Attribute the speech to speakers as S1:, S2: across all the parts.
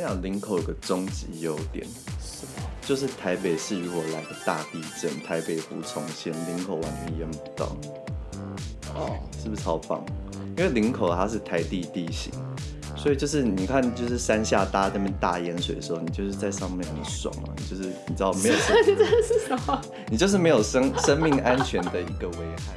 S1: 讲林口有个终极优点，
S2: 什么？
S1: 就是台北市如果来个大地震，台北府重现，林口完全淹不到，
S2: 哦，
S1: 是不是超棒？因为林口它是台地地形，所以就是你看，就是山下大家在那边大淹水的时候，你就是在上面很爽啊，你就是你知道没有 生，
S2: 这是什么？
S1: 你就是没有生生命安全的一个危害。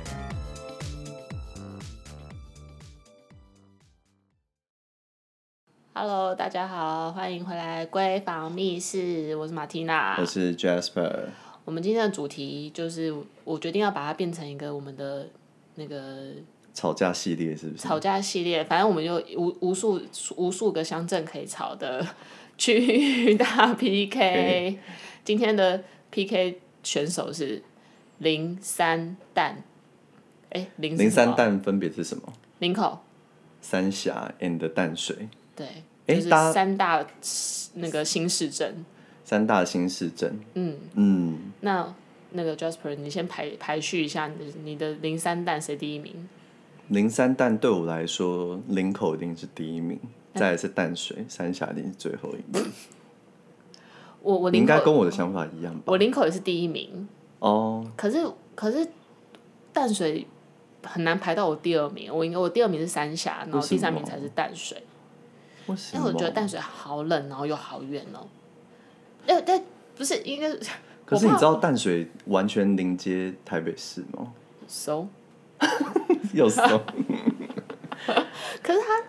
S2: Hello，大家好，欢迎回来《闺房密室》，我是马缇娜
S1: 我。是 Jasper，
S2: 我们今天的主题就是，我决定要把它变成一个我们的那个
S1: 吵架系列是不是？
S2: 吵架系列，反正我们就无无数无数个乡镇可以吵的区域 大 PK。今天的 PK 选手是零三蛋，哎、零
S1: 零三蛋分别是什么？
S2: 林口，
S1: 三峡 and 淡水
S2: 对，
S1: 哎
S2: 就是
S1: 大家
S2: 三大那个新市镇。
S1: 三大新市镇。
S2: 嗯
S1: 嗯，
S2: 那那个 Jasper，你先排排序一下你的你的零三蛋谁第一名？
S1: 零三蛋对我来说，林口一定是第一名，
S2: 嗯
S1: 再来是淡水，三峡一定是最后一名。
S2: 我我
S1: 你应
S2: 林
S1: 该
S2: 口
S1: 跟我的想法一样吧？
S2: 我林口也是第一名，
S1: 哦，
S2: 可是可是淡水很难排到我第二名，我应该我第二名是三峡，然后
S1: 为什
S2: 第三名
S1: 么
S2: 才是淡水，
S1: 为什
S2: 因
S1: 么？
S2: 为我觉得淡水好冷，然后又好远哦。但但不是应该
S1: 可是你知道淡水完全临接台北市吗？ 哦
S2: 熟，
S1: 有时候
S2: 可是它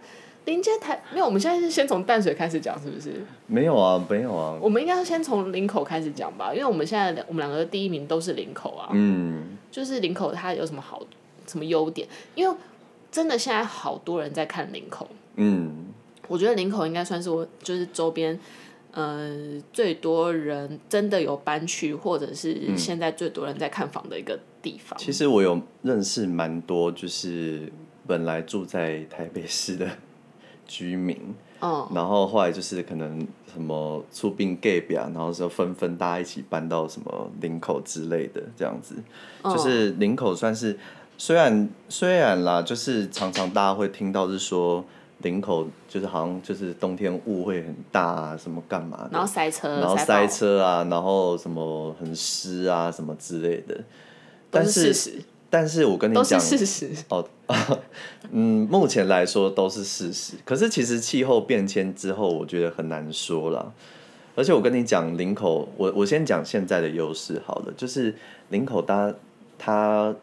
S2: 临接台没有，我们现在是先从淡水开始讲，是不是？
S1: 没有啊，没有啊。
S2: 我们应该要先从林口开始讲吧，因为我们现在两我们两个第一名都是林口啊。
S1: 嗯，
S2: 就是林口它有什么好什么优点？因为真的现在好多人在看林口，
S1: 嗯，
S2: 我觉得林口应该算是我就是周边。呃，最多人真的有搬去，或者
S1: 嗯
S2: 是现在最多人在看房的一个地方。
S1: 其实我有认识蛮多，就是本来住在台北市的 居民，
S2: 嗯，
S1: 然后后来就是可能什么出殡 gay 表，然后就纷纷大家一起搬到什么林口之类的这样子，
S2: 嗯
S1: 就是林口算是虽然虽然啦，就是常常大家会听到是说林口就是好像就是冬天雾会很大啊，什么干嘛的，
S2: 嗯然后塞车，
S1: 然后
S2: 爆
S1: 塞，车啊，然后什么很湿啊什么之类的，
S2: 都
S1: 但
S2: 是事
S1: 是
S2: 实，
S1: 但是我跟你
S2: 都是
S1: 讲，
S2: 事实。
S1: 哦， 嗯，目前来说都是事实。可是其实气候变迁之后，我觉得很难说啦。而且我跟你讲，林口，我我先讲现在的优势好了，就是林口它它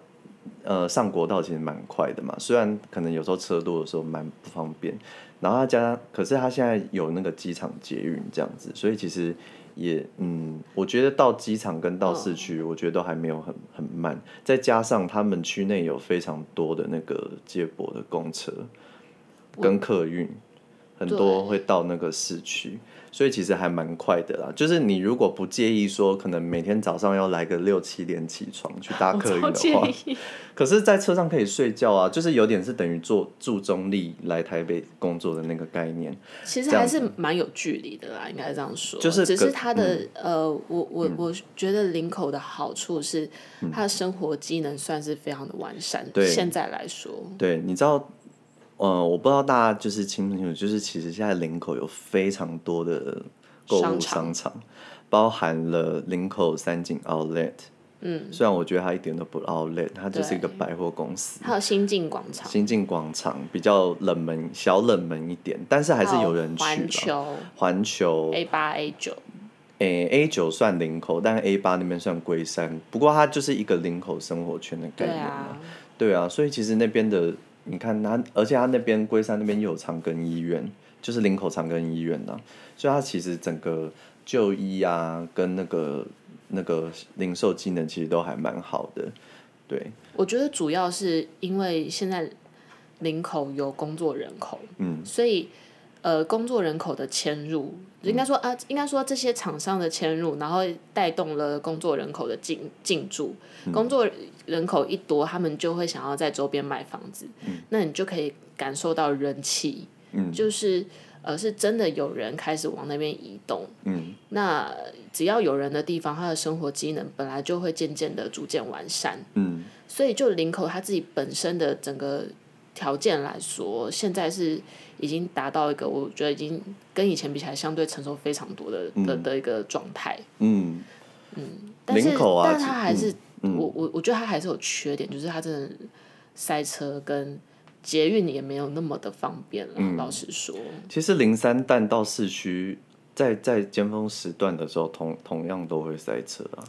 S1: 呃上国道其实蛮快的嘛，虽然可能有时候车多的时候蛮不方便，然后它加，可是它现在有那个机场捷运这样子，所以其实也嗯，我觉得到机场跟到市区，我觉得都还没有很很慢，再加上他们区内有非常多的那个接驳的公车跟客运，很多会到那个市区。所以其实还蛮快的啦，就是你如果不介意说，可能每天早上要来个六七点起床去搭
S2: 我
S1: 客运
S2: 超介
S1: 的话，
S2: 意，
S1: 可是，在车上可以睡觉啊，就是有点是等于坐住中立来台北工作的那个概念。
S2: 其
S1: 这
S2: 实
S1: 样
S2: 还是蛮有距离的啦，应该这样说。
S1: 就是嗯
S2: 只是
S1: 个
S2: 它的、呃，我我我觉得林口的好处是，它的生活机能算是非常的完善。
S1: 嗯对
S2: 现在来说，
S1: 对，你知道，呃，我不知道大家就是清不清楚，就是其实现在林口有非常多的购
S2: 商
S1: 物
S2: 场
S1: 商场，包含了林口三井 Outlet。嗯，虽然我觉得它一点都不 Outlet，它就是一个百货公司。
S2: 还有新进广场，
S1: 新进广场比较冷门，小冷门一点，但是还是有人
S2: 还有哦环
S1: 去了。哦
S2: 球
S1: 环球
S2: A 八 A 九，
S1: 诶、A 九算林口，但 A 八那边算龟山。不过它就是一个林口生活圈的概
S2: 对
S1: 念嘛。
S2: 啊，
S1: 对啊，所以其实那边的，你看它，而且它那边龟山那边又有长庚医院，就是林口长庚医院呐、所以它其实整个就医啊，跟那个那个零售技能其实都还蛮好的。对，
S2: 我觉得主要是因为现在林口有工作人口，
S1: 嗯，
S2: 所以呃，工作人口的迁入，应该说啊，应该说这些厂商的迁入，然后带动了工作人口的进进驻。
S1: 嗯
S2: 工作人口一多，他们就会想要在周边买房子，那你就可以感受到人气，
S1: 嗯
S2: 就是呃，是真的有人开始往那边移动。
S1: 嗯，
S2: 那只要有人的地方，他的生活机能本来就会渐渐的逐渐完善。
S1: 嗯
S2: 所以就林口它自己本身的整个条件来说，现在是已经达到一个我觉得已经跟以前比起来相对成熟非常多的的的一个状态。
S1: 嗯，
S2: 但是
S1: 林口啊
S2: 但是它还是、
S1: 嗯嗯
S2: 我我我觉得它还是有缺点，就是它真的塞车跟捷运也没有那么的方便了。
S1: 嗯
S2: 老实说，
S1: 其实零三站到市区，在在尖峰时段的时候，同同样都会塞车啊。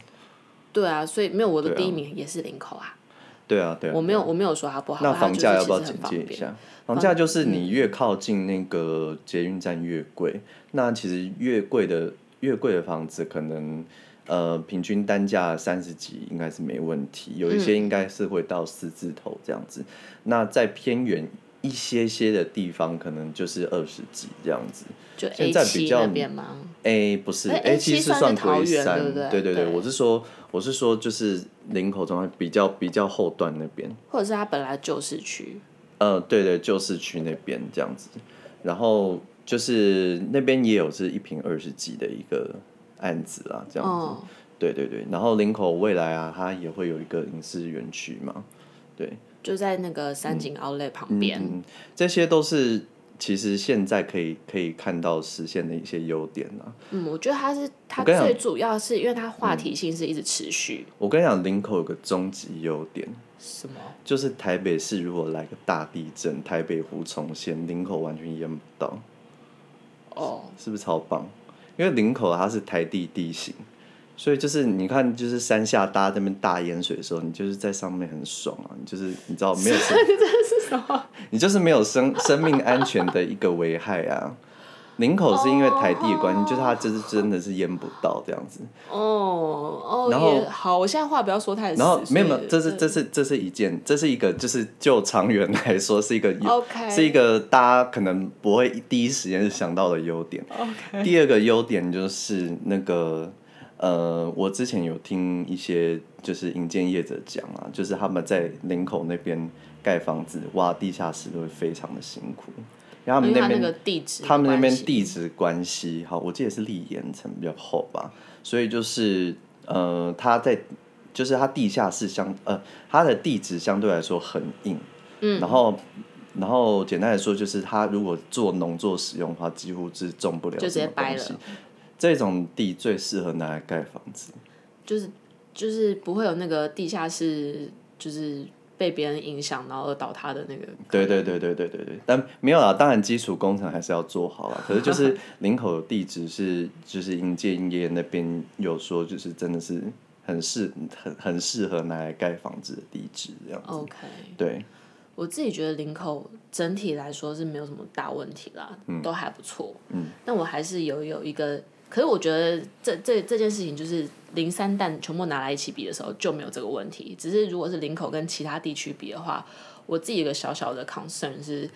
S2: 对啊，所以没有我的
S1: 对啊
S2: 第一名也是林口啊，
S1: 对啊，对啊。
S2: 我没有我没有说它不好，
S1: 那
S2: 它
S1: 房
S2: 就是
S1: 价要
S2: 其
S1: 不要
S2: 实很
S1: 简
S2: 方
S1: 介一
S2: 便？嗯
S1: 下？房价就是你越靠近那个捷运站越贵，那其实越贵的越贵的房子，可能呃平均单价三十几应该是没问题，有
S2: 嗯
S1: 一些应该是会到四字头这样子。那在偏远一些些的地方，可能就是二十几这样子。
S2: 就
S1: 现
S2: A
S1: 在比
S2: 七
S1: 较
S2: 那边吗？
S1: A 不是
S2: 哎
S1: A
S2: 7
S1: 是
S2: 算是桃
S1: 龟
S2: 园
S1: 山，
S2: 对不对
S1: 对对
S2: 对
S1: 我是说我是说就是林口中比较比较后段那边。
S2: 或者是它本来旧市区，
S1: 呃，对对，旧市区那边这样子，然后就是那边也有是一瓶二十几的一个案子啦，这样子，
S2: 嗯，
S1: 对对对，然后林口未来啊，它也会有一个影视园区嘛，对，
S2: 就在那个三井奥莱旁
S1: 嗯
S2: 边。
S1: 嗯，这些都是其实现在可以可以看到实现的一些优点啊。
S2: 嗯，我觉得它是它
S1: 我跟你讲嗯
S2: 最主要是因为它话题性是一直持续。
S1: 我跟你讲，林口有个终极优点，
S2: 什么？
S1: 就是台北市如果来个大地震，台北湖重现，林口完全淹不到。
S2: 哦，
S1: 是不是超棒？因为林口它是台地地形，所以就是你看，就是山下搭这边大淹水的时候，你就是在上面很爽啊，你就是你知道没有 生，
S2: 是什么？
S1: 你就是没有生 生命安全的一个危害啊。林口是因为台地的关系，就是它就是真的是淹不到这样子。
S2: 哦哦，
S1: 然后
S2: 也好，我现在话不要说太死。
S1: 然后没有没有
S2: 所，
S1: 这
S2: 以呃
S1: 是这是这是一件，这是一个就是就长远来说是一个
S2: OK
S1: 是一个大家可能不会第一时间想到的优点。
S2: OK
S1: 第二个优点就是那个呃，我之前有听一些就是营建业者讲啊，就是他们在林口那边盖房子挖地下室都会非常的辛苦，然后他们
S2: 因为它
S1: 边
S2: 那个地址的关系，
S1: 他们那边地质关系，好，我记得是立岩层比较厚吧，所以就是呃，它在就是它地下室相呃，它的地质相对来说很硬，
S2: 嗯，
S1: 然后然后简单来说就是它如果做农作使用的话，几乎是种不了
S2: 就直
S1: 什
S2: 接
S1: 么
S2: 掰
S1: 东
S2: 了
S1: 西。这种地最适合拿来盖房子，
S2: 就是就是不会有那个地下室，就是被别人影响然后而倒塌的那个。
S1: 对对对对对对对，但没有啦，当然基础工程还是要做好啊。可是就是林口的地址是，就是营建业那边有说，就是真的是很适很很适合拿来盖房子的地址这样。
S2: OK，
S1: 对，
S2: 我自己觉得林口整体来说是没有什么大问题啦，都还不错。嗯，但我还是有有一个，可是我觉得这这这件事情就是零三蛋全部拿来一起比的时候就没有这个问题，只是如果是林口跟其他地区比的话，我自己有个小小的 concern 是，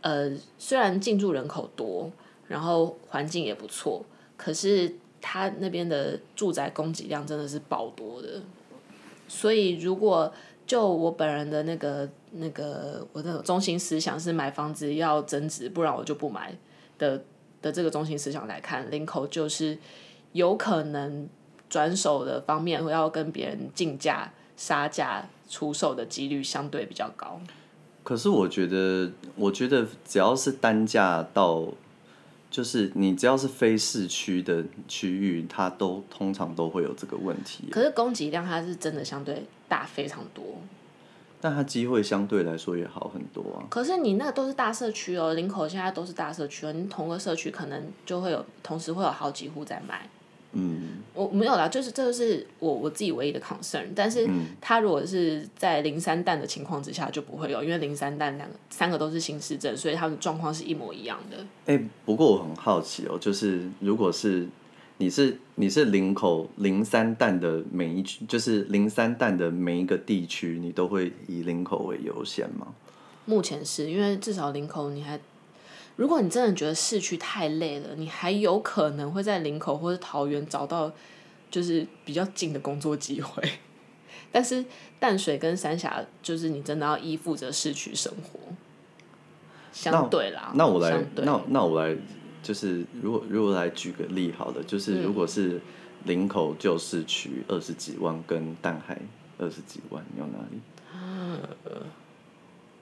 S2: 呃，虽然进驻人口多，然后环境也不错，可是它那边的住宅供给量真的是爆多的，所以如果就我本人的那个那个我的中心思想是买房子要增值，不然我就不买的的这个中心思想来看，林口就是有可能转手的方面会要跟别人竞价、杀价、出售的几率相对比较高。
S1: 可是我觉得，我觉得只要是单价到，就是你只要是非市区的区域，它都通常都会有这个问题，
S2: 可是供给量它是真的相对大非常多，
S1: 但它机会相对来说也好很多啊。
S2: 可是你那个都是大社区哦，林口现在都是大社区哦，你同个社区可能就会有同时会有好几户在卖。
S1: 嗯，
S2: 我没有啦，就是这就是我我自己唯一的 concern。但是他如果是在零三弹的情况之下就不会有，因为零三弹两个三个都是新市镇，所以他们状况是一模一样的。
S1: 哎、不过我很好奇哦，就是如果是你是你是林口零三弹的每一区，就是零三弹的每一个地区，你都会以林口为优先吗？
S2: 目前是因为至少林口你还，如果你真的觉得市区太累了，你还有可能会在林口或者桃园找到就是比较近的工作机会。 但是淡水跟三峡，就是你真的要依附着市区生活，相对啦。
S1: 那我来
S2: 啊相，对
S1: 那那我来，就是如果如果来举个例好了，
S2: 嗯
S1: 就是如果是林口旧市区二十几万跟淡海二十几万，你要哪里？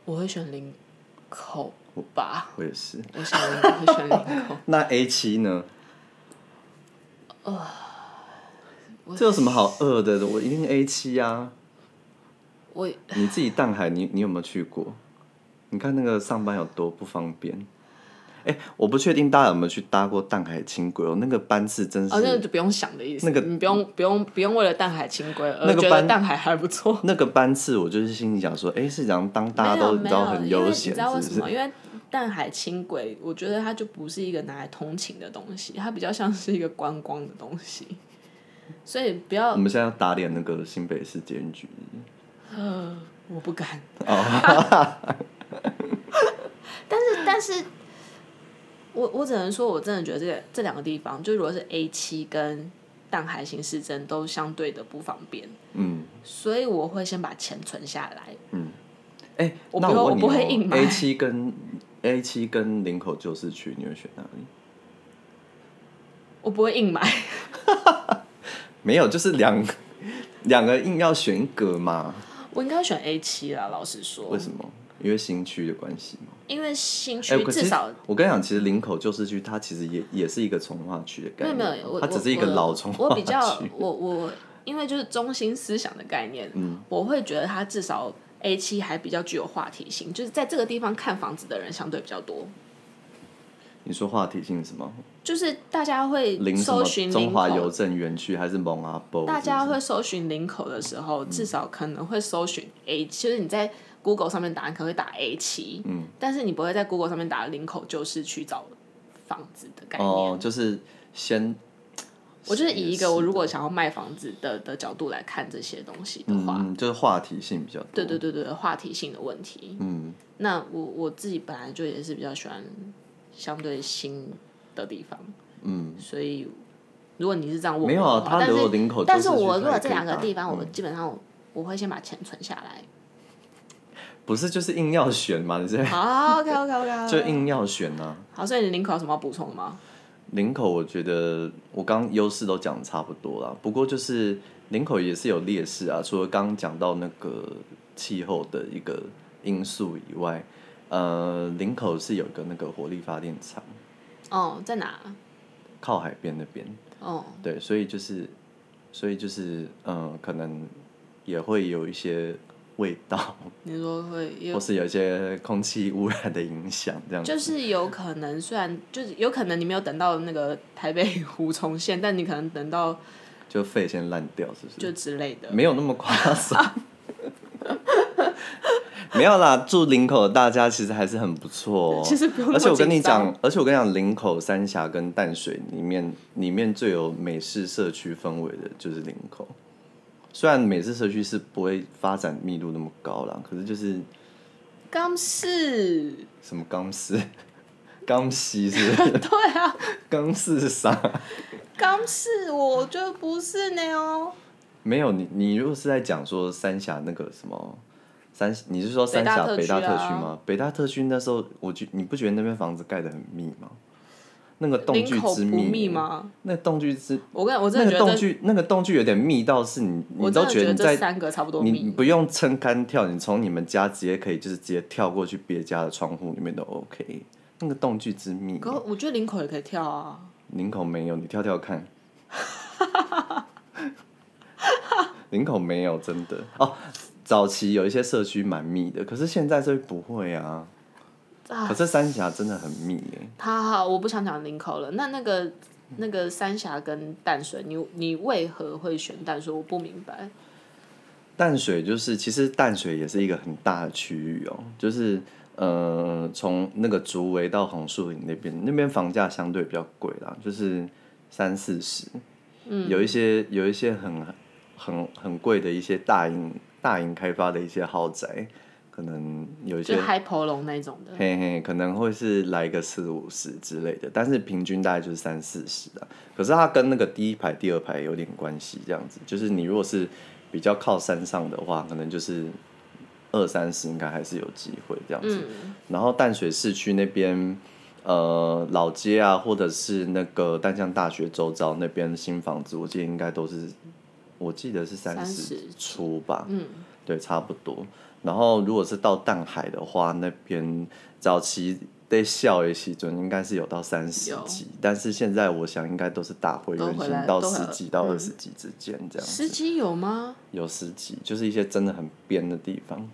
S2: 我会选林口吧，
S1: 我也是。
S2: 我想我应该会选领 口。
S1: 那 A 七呢？
S2: 哦
S1: 这有什么好饿的？我一定 A 七啊！
S2: 我
S1: 你自己淡海，你你有没有去过？你看那个上班有多不方便。哎、我不确定大家有没有去搭过淡海轻轨哦，那个班次真是、
S2: 哦，那个就不用想的意思，
S1: 那个
S2: 你不用不用不用为了淡海轻规而
S1: 那个
S2: 觉得
S1: 班
S2: 淡海还不错。
S1: 那个班次，我就是心里想说，哎、是讲当大家都你
S2: 没
S1: 知
S2: 有
S1: 道
S2: 没有
S1: 很
S2: 因为
S1: 悠
S2: 你
S1: 闲，
S2: 知道为
S1: 是不
S2: 什么？
S1: 是？
S2: 因为淡海轻轨，我觉得它就不是一个拿来通勤的东西，它比较像是一个观光的东西，所以不要
S1: 我，们现在要打脸那个新北市监局。嗯
S2: 呃，我不敢。
S1: 哦
S2: 但是，但是，我我只能说，我真的觉得这个这两个地方，就如果是 A 七跟淡海新市镇，都相对的不方便，
S1: 嗯，
S2: 所以我会先把钱存下来。
S1: 哎、
S2: 我
S1: 那
S2: 不
S1: 问
S2: 我
S1: 你、
S2: 不
S1: 哦
S2: 会硬买
S1: A 七跟 A 七跟林口旧市区，你会选哪里？
S2: 我不会硬买，
S1: 没有，就是两 两个硬要选一个嘛？
S2: 我应该会选 A 七啦。老实说，
S1: 为什么？因为新区的关系嘛。
S2: 因为新
S1: 哎、
S2: 区
S1: 可
S2: 至
S1: 是
S2: 少
S1: 我跟你讲，其实林口旧市区它其实也也是一个从化区的
S2: 没
S1: 概
S2: 有
S1: 念，
S2: 没有，我
S1: 嗯它只是一个
S2: 我
S1: 老从
S2: 我
S1: 化
S2: 比较
S1: 区。
S2: 我我因为就是中心思想的概念，
S1: 嗯
S2: 我会觉得它至少 A 七还比较具有话题性，就是在这个地方看房子的人相对比较多，
S1: 你说话题性是什么？
S2: 就是大家会
S1: 林什
S2: 搜
S1: 么
S2: 寻
S1: 中
S2: 林
S1: 华邮
S2: 口，
S1: 政园区还是蒙阿波？
S2: 大
S1: 是嗯
S2: 家
S1: 不是
S2: 会搜寻林口的时候，至少可能会搜寻 A，就是你在 Google 上面打，你可能会打 A 七，
S1: 嗯，
S2: 但是你不会在 Google 上面打林口旧市区找房子的概念。
S1: 哦，就是先
S2: 我就是以一个我
S1: 也是
S2: 如果想要卖房子的的角度来看这些东西的话，
S1: 嗯，就是话题性比较多。
S2: 对对对对，话题性的问题。
S1: 嗯，
S2: 那我我自己本来就也是比较喜欢相对新的地方，
S1: 嗯，
S2: 所以如果你是这样问我
S1: 没有
S2: 的
S1: 啊，
S2: 话，
S1: 他
S2: 但
S1: 留
S2: 是
S1: 林口
S2: 但
S1: 是
S2: 是我如果这两个地方，
S1: 嗯
S2: 我基本上我我会先把钱存下来。
S1: 不是就是硬要选嘛，你是
S2: 好，OK OK OK，
S1: 就硬要选啊。
S2: 好，所以你林口有什么要补充的吗？
S1: 林口我觉得我刚优势都讲差不多啦，不过就是林口也是有劣势啊，除了刚刚讲到那个气候的一个因素以外，呃，林口是有一个那个火力发电厂，
S2: 哦，在哪？
S1: 靠海边那边，
S2: 哦，
S1: 对，所以就是，所以就是，嗯，可能也会有一些味道，
S2: 你说会有
S1: 或是有一些空气污染的影响，这样子。
S2: 就是有可能，虽然就是有可能你没有等到那个台北湖重现，但你可能等到
S1: 就肺先烂掉，是不？
S2: 就是之类的。啊
S1: 没有那么夸张。 没有啦，住林口的大家其实还是很不错哦。
S2: 其实不用那么
S1: 而且我跟你
S2: 紧张
S1: 讲，而且我跟你讲，林口、三峡跟淡水里面，里面最有美式社区氛围的就是林口。虽然美式社区是不会发展密度那么高啦，可是就是
S2: 刚是，
S1: 什么钢丝、 钢丝是不是
S2: 对啊，
S1: 钢丝是啥？
S2: 刚是，我就不是呢哦。
S1: 没有你，你如果是在讲说三峡那个什么三，你是说三
S2: 北大
S1: 峡
S2: 特
S1: 北大
S2: 区
S1: 特
S2: 啊
S1: 区吗？北大特区那时候，我觉你不觉得那边房子盖得很密吗？那个栋距
S2: 林口
S1: 之
S2: 不
S1: 密
S2: 密吗？
S1: 那栋距之，
S2: 我跟我真
S1: 那
S2: 的
S1: 个
S2: 觉得
S1: 栋
S2: 这，
S1: 距，那个栋距有点密到是你，
S2: 我
S1: 你
S2: 真
S1: 都
S2: 的
S1: 觉得
S2: 得
S1: 你
S2: 这
S1: 在，
S2: 三个差不多
S1: 你你
S2: 密。
S1: 不用撑杆跳，你从你们家直接可以就是直接跳过去别家的窗户里面都 OK。那个栋距之密，
S2: 可我觉得林口也可以跳啊。
S1: 领口没有，你跳跳看。 领口没有，真的哦。早期有一些社区蛮密的，可是现在这不会啊。
S2: 啊
S1: 可，是三峡真的很密耶。
S2: 好好，我不想讲林口了。那那个那个三峡跟淡水，你你为何会选淡水？我不明白。
S1: 淡水就是，其实淡水也是一个很大的区域哦，就是呃，从那个竹围到红树林那边，那边房价相对比较贵啦，就是三四十。嗯，有一些有一些很很很贵的一些大营大营开发的一些豪宅，可能有一
S2: 就
S1: 些
S2: 嗨婆龙那种的，
S1: 嘿嘿，可能会是来个四五十之类的，但是平均大概就是三四十的。可是它跟那个第一排、第二排有点关系，这样子。就是你如果是比较靠山上的话，可能就是二三十应该还是有机会这样子。
S2: 嗯
S1: 然后淡水市区那边，呃，老街啊，或者是那个淡江大学周遭那边新房子，我记得应该都是我记得是三十
S2: 30
S1: 出吧，
S2: 嗯，
S1: 对，差不多。然后如果是到淡海的话，那边早期在校的时准应该是有到三十
S2: 有
S1: 级，但是现在我想应该都是打回
S2: 都
S1: 原
S2: 回
S1: 形
S2: 来
S1: 到
S2: 都回
S1: 十
S2: 来
S1: 级到
S2: 嗯
S1: 二十级之间这样
S2: 司
S1: 子，
S2: 机有吗？
S1: 有十级就是一些真的很边的地方，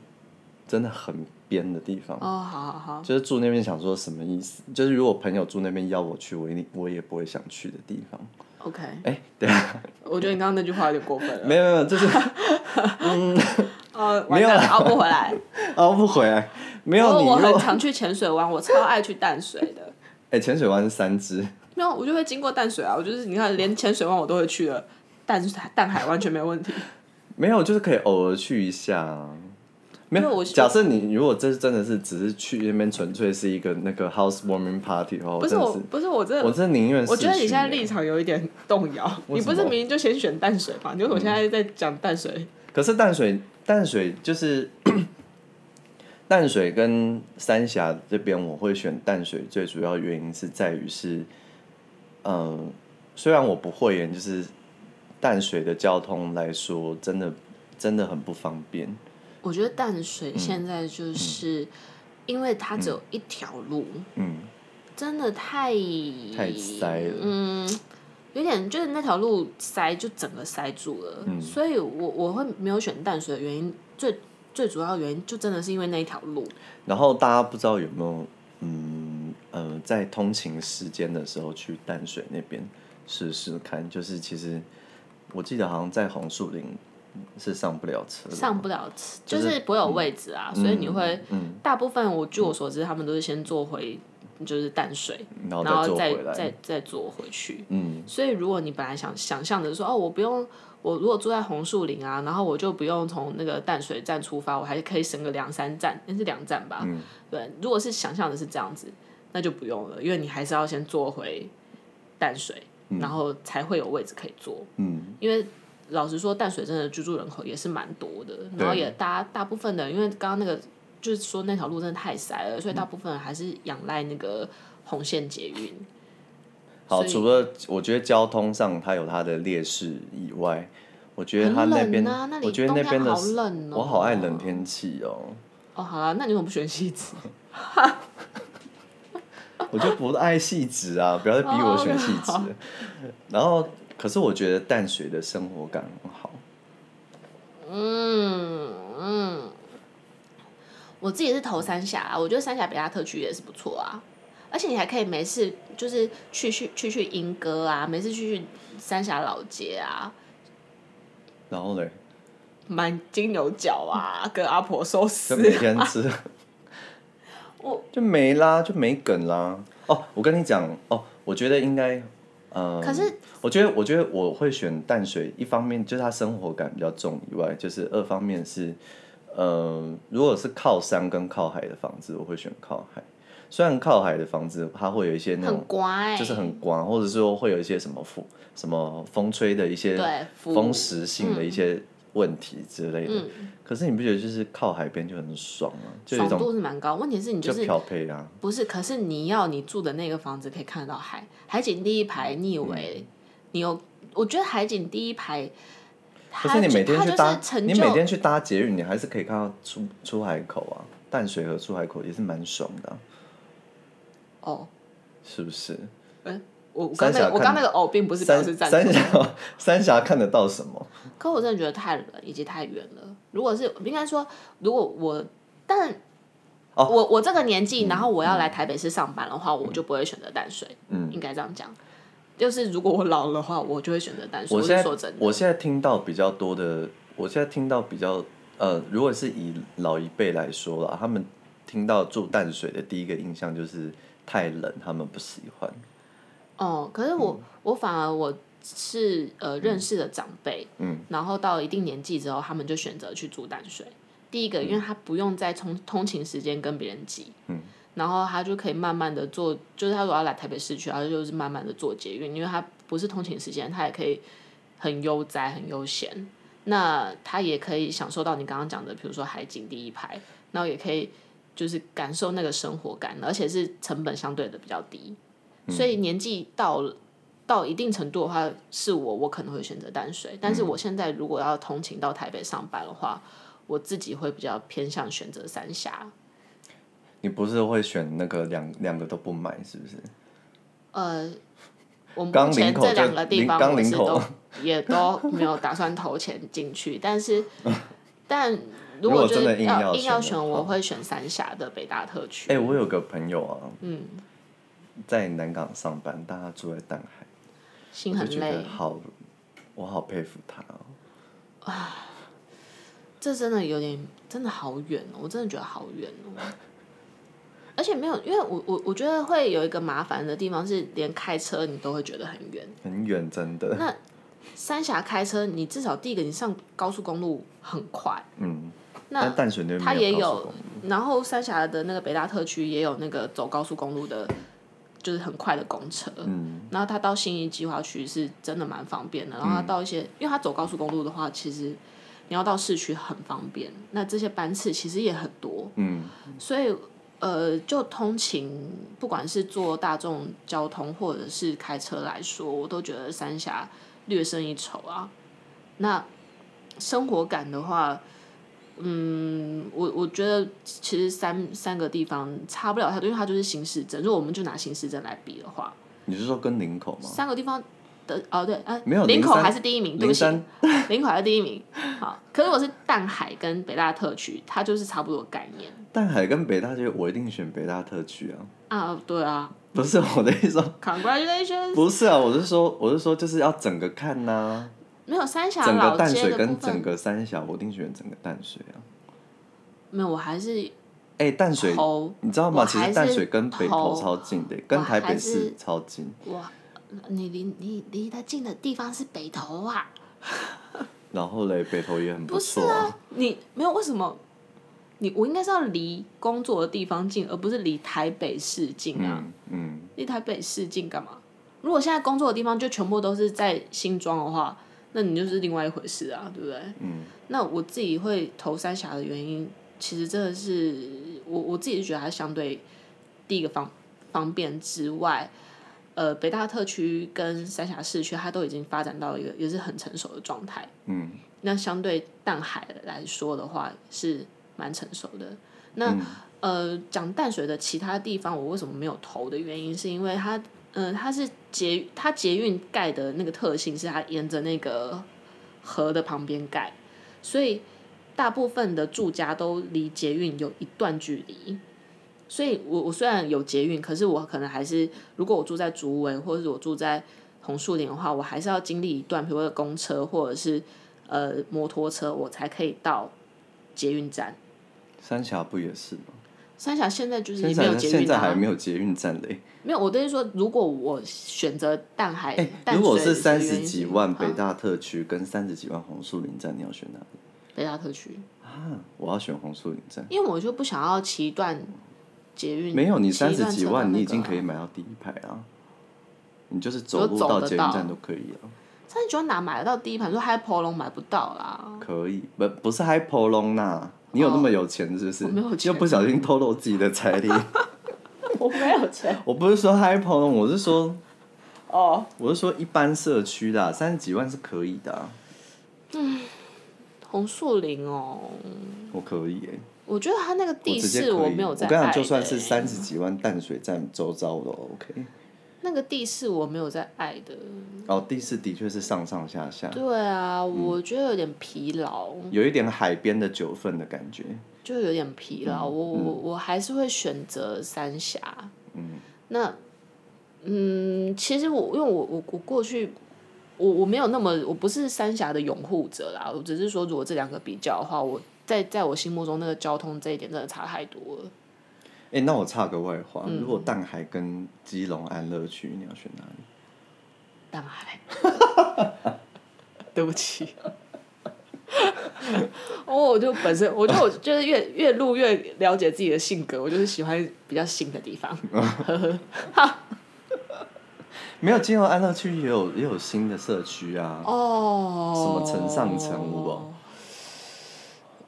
S1: 真的很边的地方。
S2: 哦，好好好，
S1: 就是住那边想说什么意思？就是如果朋友住那边邀我去，我一定我也不会想去的地方。
S2: OK，
S1: 哎、对啊，
S2: 我觉得你刚刚那句话有点过分了。
S1: 没有没有，就是
S2: 哦，
S1: 没有
S2: 完蛋了
S1: 啦
S2: 熬不回来。
S1: 熬哦不回来。 没有
S2: 我
S1: 你
S2: 我
S1: 如
S2: 很
S1: 果
S2: 常去浅水湾，我超爱去淡水的。
S1: 哎，浅、水湾是三只，
S2: 没有，我就会经过淡水啊。我就是你看，连浅水湾我都会去了，淡淡海完全没问题。
S1: 没有就是可以偶尔去一下啊。没
S2: 因为我
S1: 有，假设你如果这真的是只是去那边，纯粹是一个那个 housewarming party 的话，
S2: 不
S1: 我
S2: 是
S1: 哦真的
S2: 我，
S1: 是，
S2: 不是我真的，
S1: 我
S2: 我
S1: 真的宁愿是去耶。
S2: 觉得你现在立场有一点动摇。
S1: 为
S2: 你
S1: 什
S2: 不
S1: 么
S2: 是明明就先选淡水嘛？就是我现在在讲淡水，
S1: 可是淡水，淡水就是 淡水跟三峡这边，我会选淡水，最主要原因是在于是，嗯、虽然我不会演，就是淡水的交通来说，真的真的很不方便。
S2: 我觉得淡水现在就是、因为它只有一条路，
S1: 嗯，
S2: 真的太
S1: 太塞了
S2: 嗯，有点就是那条路塞，就整个塞住了。
S1: 嗯
S2: 所以我我会没有选淡水的原因，最最主要的原因就真的是因为那一条路。
S1: 然后大家不知道有没有，嗯呃，在通勤时间的时候去淡水那边试试看，就是其实我记得好像在红树林是上不了车的，
S2: 上不了车，就
S1: 就是嗯
S2: 是不会有位置啊，所以你会、大部分我据我所知，他们都是先坐回就是淡水，
S1: 然后嗯
S2: 然
S1: 再
S2: 后
S1: 坐
S2: 再
S1: 回来。
S2: 再再坐回去。
S1: 嗯，
S2: 所以如果你本来想想象着说哦，我不用。我如果住在红树林啊，然后我就不用从那个淡水站出发，我还可以省个两三站，那是两站吧？
S1: 嗯
S2: 对，如果是想象的是这样子，那就不用了，因为你还是要先坐回淡水，然后才会有位置可以坐。
S1: 嗯，
S2: 因为老实说，淡水真的居住人口也是蛮多的，然后也大家大部分的人，因为刚刚那个就是说那条路真的太塞了，
S1: 嗯
S2: 所以大部分人还是仰赖那个红线捷运。
S1: 好，
S2: 所以
S1: 除了我觉得交通上它有它的劣势以外，我觉得它
S2: 很
S1: 那边，
S2: 冷啊，那里
S1: 我觉得那边的
S2: 冬天好冷哦，
S1: 我好爱冷。天气哦，
S2: 哦，好啦，那你怎么不选西子？
S1: 我就不爱细致啊，不要再逼
S2: 哦
S1: 我选细致。然后，可是我觉得淡水的生活感很好，
S2: 嗯嗯，我自己是投三峡啊，我觉得三峡北大特区也是不错啊。而且你还可以没事，就是去去去去莺歌啊，没事去去三峡老街啊，
S1: 然后嘞，
S2: 买金牛角啊，跟阿婆寿
S1: 就每
S2: 司。
S1: 天吃，
S2: 啊 我
S1: 就没啦，就没梗啦。哦，我跟你讲哦，我觉得应该，嗯，
S2: 可是
S1: 我觉得，我觉得我会选淡水，一方面就是它生活感比较重以外，就是二方面是，呃，如果是靠山跟靠海的房子，我会选靠海。虽然靠海的房子它会有一些那
S2: 很
S1: 种，
S2: 乖，
S1: 就是很广，或者说会有一些什么风什么风吹的一些
S2: 对服务嗯
S1: 风蚀性的一些问题之类的。可是你不觉得就是靠海边就很爽吗？就有一
S2: 爽
S1: 种
S2: 度是蛮高。问题是你
S1: 就
S2: 就是
S1: 漂配啊。
S2: 不是，可是你要你住的那个房子可以看得到海，海景第一排，你以
S1: 嗯
S2: 为你有？我觉得海景第一排，
S1: 可
S2: 它
S1: 是你
S2: 就
S1: 每天
S2: 它
S1: 去
S2: 就
S1: 搭
S2: 是，成
S1: 你
S2: 就
S1: 每天去搭捷运，你还是可以看到出出海口啊，淡水和出海口也是蛮爽的啊、
S2: 哦。哎
S1: 是不是？
S2: 我我刚
S1: 三峡
S2: 那个我刚
S1: 看
S2: 那个哦，并不是表
S1: 三
S2: 示赞同。
S1: 三峡 三峡看得到什么？
S2: 可我真的觉得太冷以及太远了。如果是应该说，如果我但。
S1: 哦
S2: 我我这个年纪，然后我要来台北市上班的话，我就不会选择淡水，
S1: 嗯
S2: 应该这样讲。就是如果我老了的话，我就会选择淡水。
S1: 我
S2: 我
S1: 现在
S2: 是说真的，
S1: 我现在听到比较多的，我现在听到比较呃，如果是以老一辈来说啦，他们听到住淡水的第一个印象就是太冷，他们不喜欢。
S2: 哦，可是我、我反而我是呃认识的长辈，
S1: 嗯，
S2: 然后到一定年纪之后，他们就选择去住淡水。第一个，因为他不用再通通勤时间跟别人挤，嗯，然后他就可以慢慢的坐，就是他如果要来台北市区，他就是慢慢的坐捷运，因为他不是通勤时间，他也可以很悠哉、很悠闲。那他也可以享受到你刚刚讲的，比如说海景第一排，然后也可以就是感受
S1: 嗯
S2: 那个生活感，而且是成本相对的比较低。所以年纪到了。到一定程度的话，是我我可能会选择淡水。但
S1: 嗯
S2: 是我现在如果要通勤到台北上班的话，我自己会比较偏向选择三峡。
S1: 你不是会选那个两两个都不买是不是？
S2: 呃，我目
S1: 刚
S2: 前
S1: 领口
S2: 这两个
S1: 就
S2: 地
S1: 领
S2: 方
S1: 刚
S2: 我
S1: 领
S2: 是
S1: 口
S2: 都也都没有打算投钱进去，但是但如
S1: 如果
S2: 果就
S1: 真的
S2: 是
S1: 硬
S2: 要
S1: 要
S2: 硬要
S1: 选的
S2: 选，
S1: 话
S2: 我会选三峡的北大特区。
S1: 哎、我有个朋友啊，嗯，在南港上班，但他住在淡海，
S2: 心
S1: 我就
S2: 很
S1: 觉
S2: 累
S1: 得，好，我好佩服他哦。
S2: 这真的有点，真的好远哦，我真的觉得好远哦。而且没有，因为我我我觉得会有一个麻烦的地方是，连开车你都会觉得很远。
S1: 很远，真的。
S2: 那三峡开车，你至少第一个你上高速公路很快，
S1: 嗯，
S2: 那
S1: 但淡水那边
S2: 它
S1: 没
S2: 也
S1: 高速
S2: 有
S1: 公路，
S2: 然后三峡的那个北大特区也有那个走高速公路的，就是很快的公车。
S1: 嗯，
S2: 然后它到信义计划区是真的蛮方便的。然后它到一些，因为它走高速公路的话，其实你要到市区很方便。那这些班次其实也很多，
S1: 嗯，
S2: 所以呃，就通勤，不管是坐大众交通或者是开车来说，我都觉得三峡略胜一筹啊。那生活感的话，嗯，我我觉得其实三三个地方差不了太多，因为它就是新市镇。如果我们就拿新市镇来比的话，
S1: 你是说跟林口吗？
S2: 三个地方的哦对啊，
S1: 没有
S2: 林口
S1: 林山
S2: 还是第一名，对不
S1: 林
S2: 起，
S1: 山
S2: 林口还是第一名。好，可是我是淡海跟北大特区，它就是差不多的概念
S1: 淡海跟北大区，我一定选北大特区啊！
S2: 啊，对啊。
S1: 不是我的意思 说，
S2: Congratulations！
S1: 不是啊，我是说，我是说，就是要整个看呐、
S2: 没有三峡
S1: 整
S2: 老
S1: 个淡
S2: 街
S1: 水
S2: 的
S1: 跟
S2: 部
S1: 整
S2: 分，
S1: 个三峡，我一定选整个淡水啊！
S2: 没有，我还是
S1: 哎、淡水，
S2: 投
S1: 你知道
S2: 我
S1: 吗？
S2: 还
S1: 其实淡
S2: 是
S1: 水跟北
S2: 投
S1: 投超近的，跟
S2: 我
S1: 台北
S2: 还是
S1: 市超近。
S2: 哇！你离你离得近的地方是北投啊，
S1: 然后嘞，北投也很
S2: 不是
S1: 错啊。
S2: 你没有为什么？你我应该是要离工作的地方近，而不是离台北市近啊！
S1: 嗯嗯，
S2: 离、台北市近干嘛？如果现在工作的地方就全部都是在新庄的话，那你就是另外一回事啊，对不对？
S1: 嗯。
S2: 那我自己会投三峡的原因，其实真的是我我自己是觉得它相对第一个方方便之外，呃，北大特区跟三峡市区它都已经发展到一个也是很成熟的状态。
S1: 嗯，
S2: 那相对淡海来说的话，是蛮成熟的。那、呃，讲淡水的其他地方，我为什么没有投的原因，是因为它，嗯、它是捷它捷运盖的那个特性是它沿着那个河的旁边盖，所以大部分的住家都离捷运有一段距离。所以我，我虽然有捷运，可是我可能还是，如果我住在竹围或者是我住在红树林的话，我还是要经历一段，比如说公车或者是呃摩托车，我才可以到捷运站。
S1: 三峡不也是吗？
S2: 三峡现在就是
S1: 三
S2: 没有
S1: 峡
S2: 捷
S1: 现
S2: 运
S1: 在还
S2: 啊，
S1: 没有捷运站嘞。
S2: 没有。我跟你说，如果我选择淡海，哎
S1: 哎
S2: 淡水
S1: 如果是
S2: 的
S1: 三
S2: 原
S1: 十
S2: 因
S1: 几万
S2: 啊
S1: 北大特区跟三十几万红树林站，你要选哪里
S2: 北大特区，
S1: 啊？我要选红树林站。
S2: 因为我就不想要骑一段捷运。
S1: 没有，你
S2: 骑一段
S1: 三十几
S2: 车到
S1: 万，
S2: 那
S1: 你已
S2: 个
S1: 经
S2: 啊
S1: 可以买到第一排啊。你就是
S2: 我
S1: 走路
S2: 走
S1: 到
S2: 得
S1: 捷运
S2: 到
S1: 站都可以啊，
S2: 三十九哪买得到第一盘？说 h i p o l o 买不到啊啦。
S1: 可以不不是 h y p o l o n 呐？你有那么有钱是不是？
S2: 哦我没有钱
S1: 又不小心透露自己的财力。
S2: 我没有钱
S1: 我不是说 h y p o l o n 我是说
S2: 哦。
S1: 我是说一般社区的啊三十几万是可以的啊，
S2: 红树林哦，
S1: 我可以哎、
S2: 我觉得它那个地
S1: 我直接
S2: 势
S1: 可以。
S2: 没有在
S1: 我跟你
S2: 爱
S1: 讲，
S2: 的
S1: 就算是
S2: 欸
S1: 三十几万淡水站周遭我都 OK。
S2: 那个地势我没有在爱的。
S1: 哦，地势的确是上上下下，
S2: 对啊，
S1: 嗯
S2: 我觉得有点疲劳，
S1: 有一点海边的九份的感觉。
S2: 就有点疲劳。我我我还是会选择三峡。
S1: 嗯，
S2: 那嗯，其实我因为我我我过去。我我没有那么，我不是三峡的拥护者啦，我只是说，如果这两个比较的话，我在在我心目中那个交通这一点真的差太多了。
S1: 哎、那我插个外话，
S2: 嗯
S1: 如果淡海跟基隆安乐区，你要选哪里？
S2: 淡海。对不起。 哦，我就本身，我觉得我就是越越录越了解自己的性格，我就是喜欢比较新的地方。
S1: 没有，基隆安乐区也有也有新的社区啊，
S2: 哦。
S1: 什么城上城有无？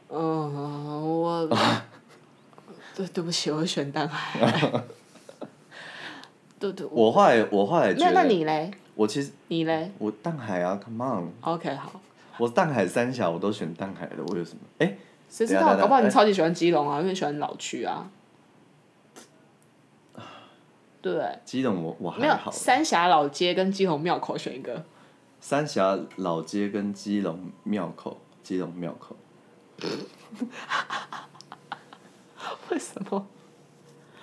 S2: 嗯，我对对不起，我选淡海。对对，我
S1: 我后来我后来觉
S2: 那
S1: 得，
S2: 那你嘞？
S1: 我其实
S2: 你嘞
S1: 我淡海啊，Come on，
S2: ？OK，好，
S1: 我淡海三峡我都选淡海的，我有什么？哎、
S2: 谁知
S1: 等一
S2: 道？
S1: 下哎
S2: 搞不好
S1: 等一
S2: 你
S1: 下
S2: 超级喜欢基隆啊，因为你喜欢老区啊。对，
S1: 基隆我我
S2: 没
S1: 还
S2: 有
S1: 好，
S2: 三峡老街跟基隆庙口选一个，
S1: 三峡老街跟基隆庙口，基隆庙口，
S2: 为什么？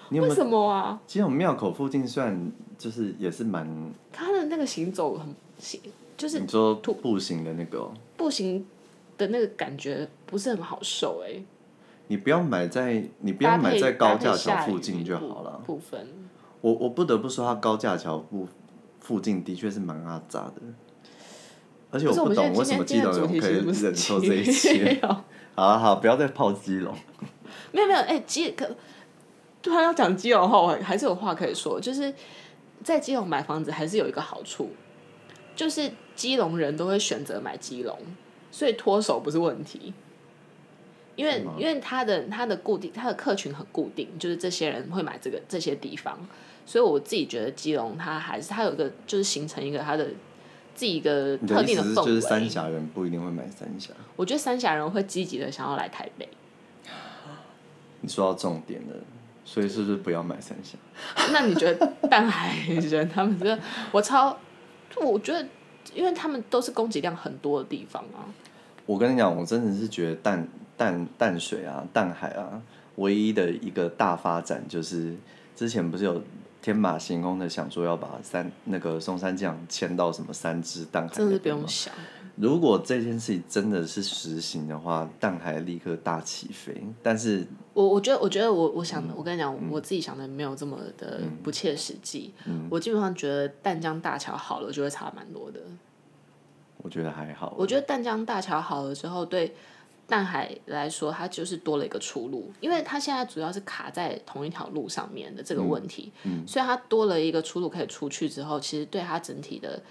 S1: 你有没
S2: 为
S1: 有？
S2: 什么啊？
S1: 基隆庙口附近虽然就是也是蛮，
S2: 他的那个行走很行，就是
S1: 你说步行的那个、哦，
S2: 步行的那个感觉不是很好受哎、欸。
S1: 你不要买在你不
S2: 搭
S1: 要
S2: 配
S1: 买在高架
S2: 搭
S1: 桥
S2: 配下雨
S1: 附近就好了。
S2: 部部分
S1: 我我不得不说，它高架桥附附近的确是蛮阿杂的，而且
S2: 可
S1: 我
S2: 是
S1: 不
S2: 们
S1: 懂
S2: 现在
S1: 为
S2: 今
S1: 什么
S2: 天
S1: 基
S2: 今
S1: 隆
S2: 天的
S1: 人
S2: 主题
S1: 可
S2: 其
S1: 以
S2: 实不是
S1: 忍受这一 切。
S2: 基隆
S1: 好了，好，不要再泡基隆。
S2: 没有没有哎、基可突然要啊讲基隆的话，我还是有话可以说，就是在基隆买房子还是有一个好处，就是基隆人都会选择买基隆，所以脱手不是问题。因为
S1: 是吗
S2: 因为他的他的固定他的客群很固定，就是这些人会买这个这些地方，所以我自己觉得基隆它还是它有一个就是形成一个它的自己一个
S1: 你
S2: 呃特
S1: 意思
S2: 定
S1: 是
S2: 氛围。
S1: 就是三峡人不一定会买三峡？
S2: 我觉得三峡人会积极的想要来台北，
S1: 你说到重点了，所以是不是不要买三峡？
S2: 那你觉得淡海人他们这我超，我觉得因为他们都是供给量很多的地方啊，
S1: 我跟你讲，我真的是觉得淡淡淡水啊、淡海啊，唯一的一个大发展就是之前不是有天马行空的想说要把三那个松山酱迁到什么三支淡海
S2: 真
S1: 那
S2: 的是不
S1: 边吗
S2: 用？想。
S1: 如果这件事情真的是实行的话，淡海立刻大起飞。但是
S2: 我我觉得，我觉得我我想，
S1: 嗯
S2: 我跟你讲，我自己想的没有这么的不切实际。
S1: 嗯
S2: 我基本上觉得淡江大桥好了，就会差蛮多的。
S1: 我觉得还好，
S2: 我觉得淡江大桥好了之后，对淡海来说，它就是多了一个出路，因为它现在主要是卡在同一条路上面的这个问题，所以它多了一个出路可以出去之后，其实对它整体的，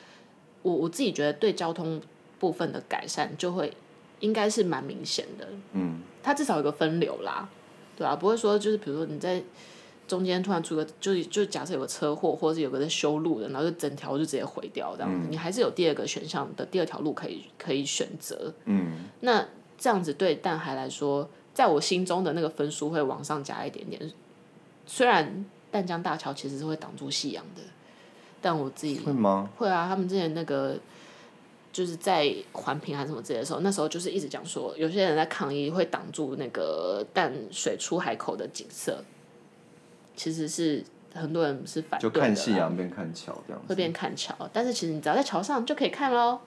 S2: 我我自己觉得对交通部分的改善就会应该是蛮明显的，
S1: 嗯，
S2: 它至少有个分流啦，对啊，不会说就是比如说你在。中间突然出个，就就假设有个车祸，或者是有个在修路的，然后就整条就直接毁掉这样子，你还是有第二个选项的第二条路可以可以选择。
S1: 嗯，
S2: 那这样子对蛋海来说，在我心中的那个分数会往上加一点点。虽然淡江大桥其实是会挡住夕阳的，但我自己
S1: 会吗？
S2: 会啊，他们之前那个就是在环评还是什么之类的时候，那时候就是一直讲说，有些人在抗议会挡住那个淡水出海口的景色，其实是很多人是反
S1: 就
S2: 对的啦，
S1: 看夕阳变看桥这样
S2: 会
S1: 子。
S2: 变看桥，但是其实你只要在桥上就可以看喽。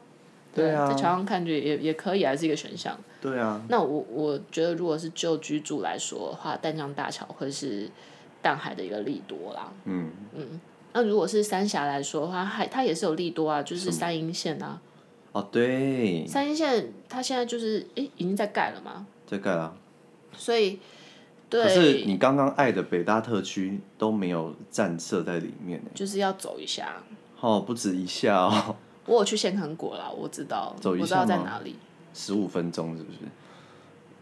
S1: 对啊
S2: 在桥上看就也也可以啊，还是一个选项。
S1: 对啊，
S2: 那我我觉得，如果是就居住来说的话，淡江大桥会是淡海的一个利多啦。
S1: 嗯，
S2: 那如果是三峡来说的话，还它也是有利多啊，就是三阴线啊。
S1: 哦对，
S2: 三阴线它现在就是诶、已经在盖了嘛，
S1: 这个啊。
S2: 所以
S1: 可是
S2: 对，
S1: 你刚刚爱的北大特区都没有站设在里面呢、
S2: 就是要走一下。
S1: 哦，不止一下哦，
S2: 我有去县城果啦，我知道，
S1: 走一下
S2: 我知道在
S1: 吗
S2: 哪里。
S1: 十五分钟是不是？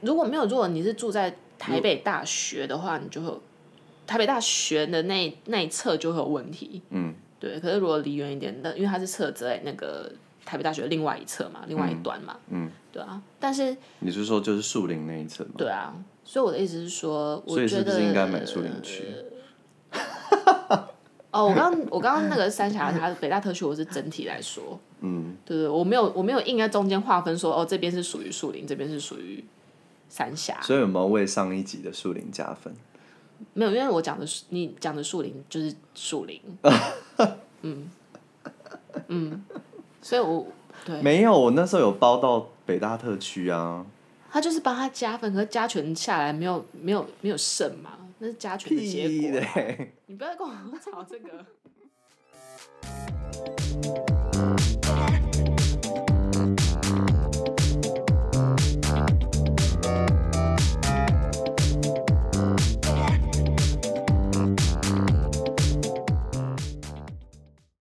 S2: 如果没有，如果你是住在台北大学的话，你就会有台北大学的那那一侧就会有问题。
S1: 嗯，
S2: 对。可是如果离远一点，那因为它是侧在那个台北大学另外一侧嘛，另外一端嘛，
S1: 嗯，
S2: 对啊。但是
S1: 你是说就是树林那一层吗？
S2: 对啊，所以我的意思是说，呃我
S1: 所以
S2: 觉
S1: 是
S2: 得呃
S1: 不是应该买树林区？
S2: 哦，我刚 我刚刚那个三峡，它北大特区，我是整体来说，
S1: 嗯，
S2: 对对，我没有我没有硬在中间划分说，哦，这边是属于树林，这边是属于三峡，
S1: 所以有没有为上一集的树林加分？
S2: 没有，因为我讲的树你讲的树林就是树林，嗯嗯，所以我对
S1: 没有，我那时候有包到北大特区啊，
S2: 他就是帮他加分，可是加权下来没有没有没有胜嘛，那是加权的结
S1: 屁
S2: 果啊。
S1: 嘞！
S2: 你不要跟我吵这个。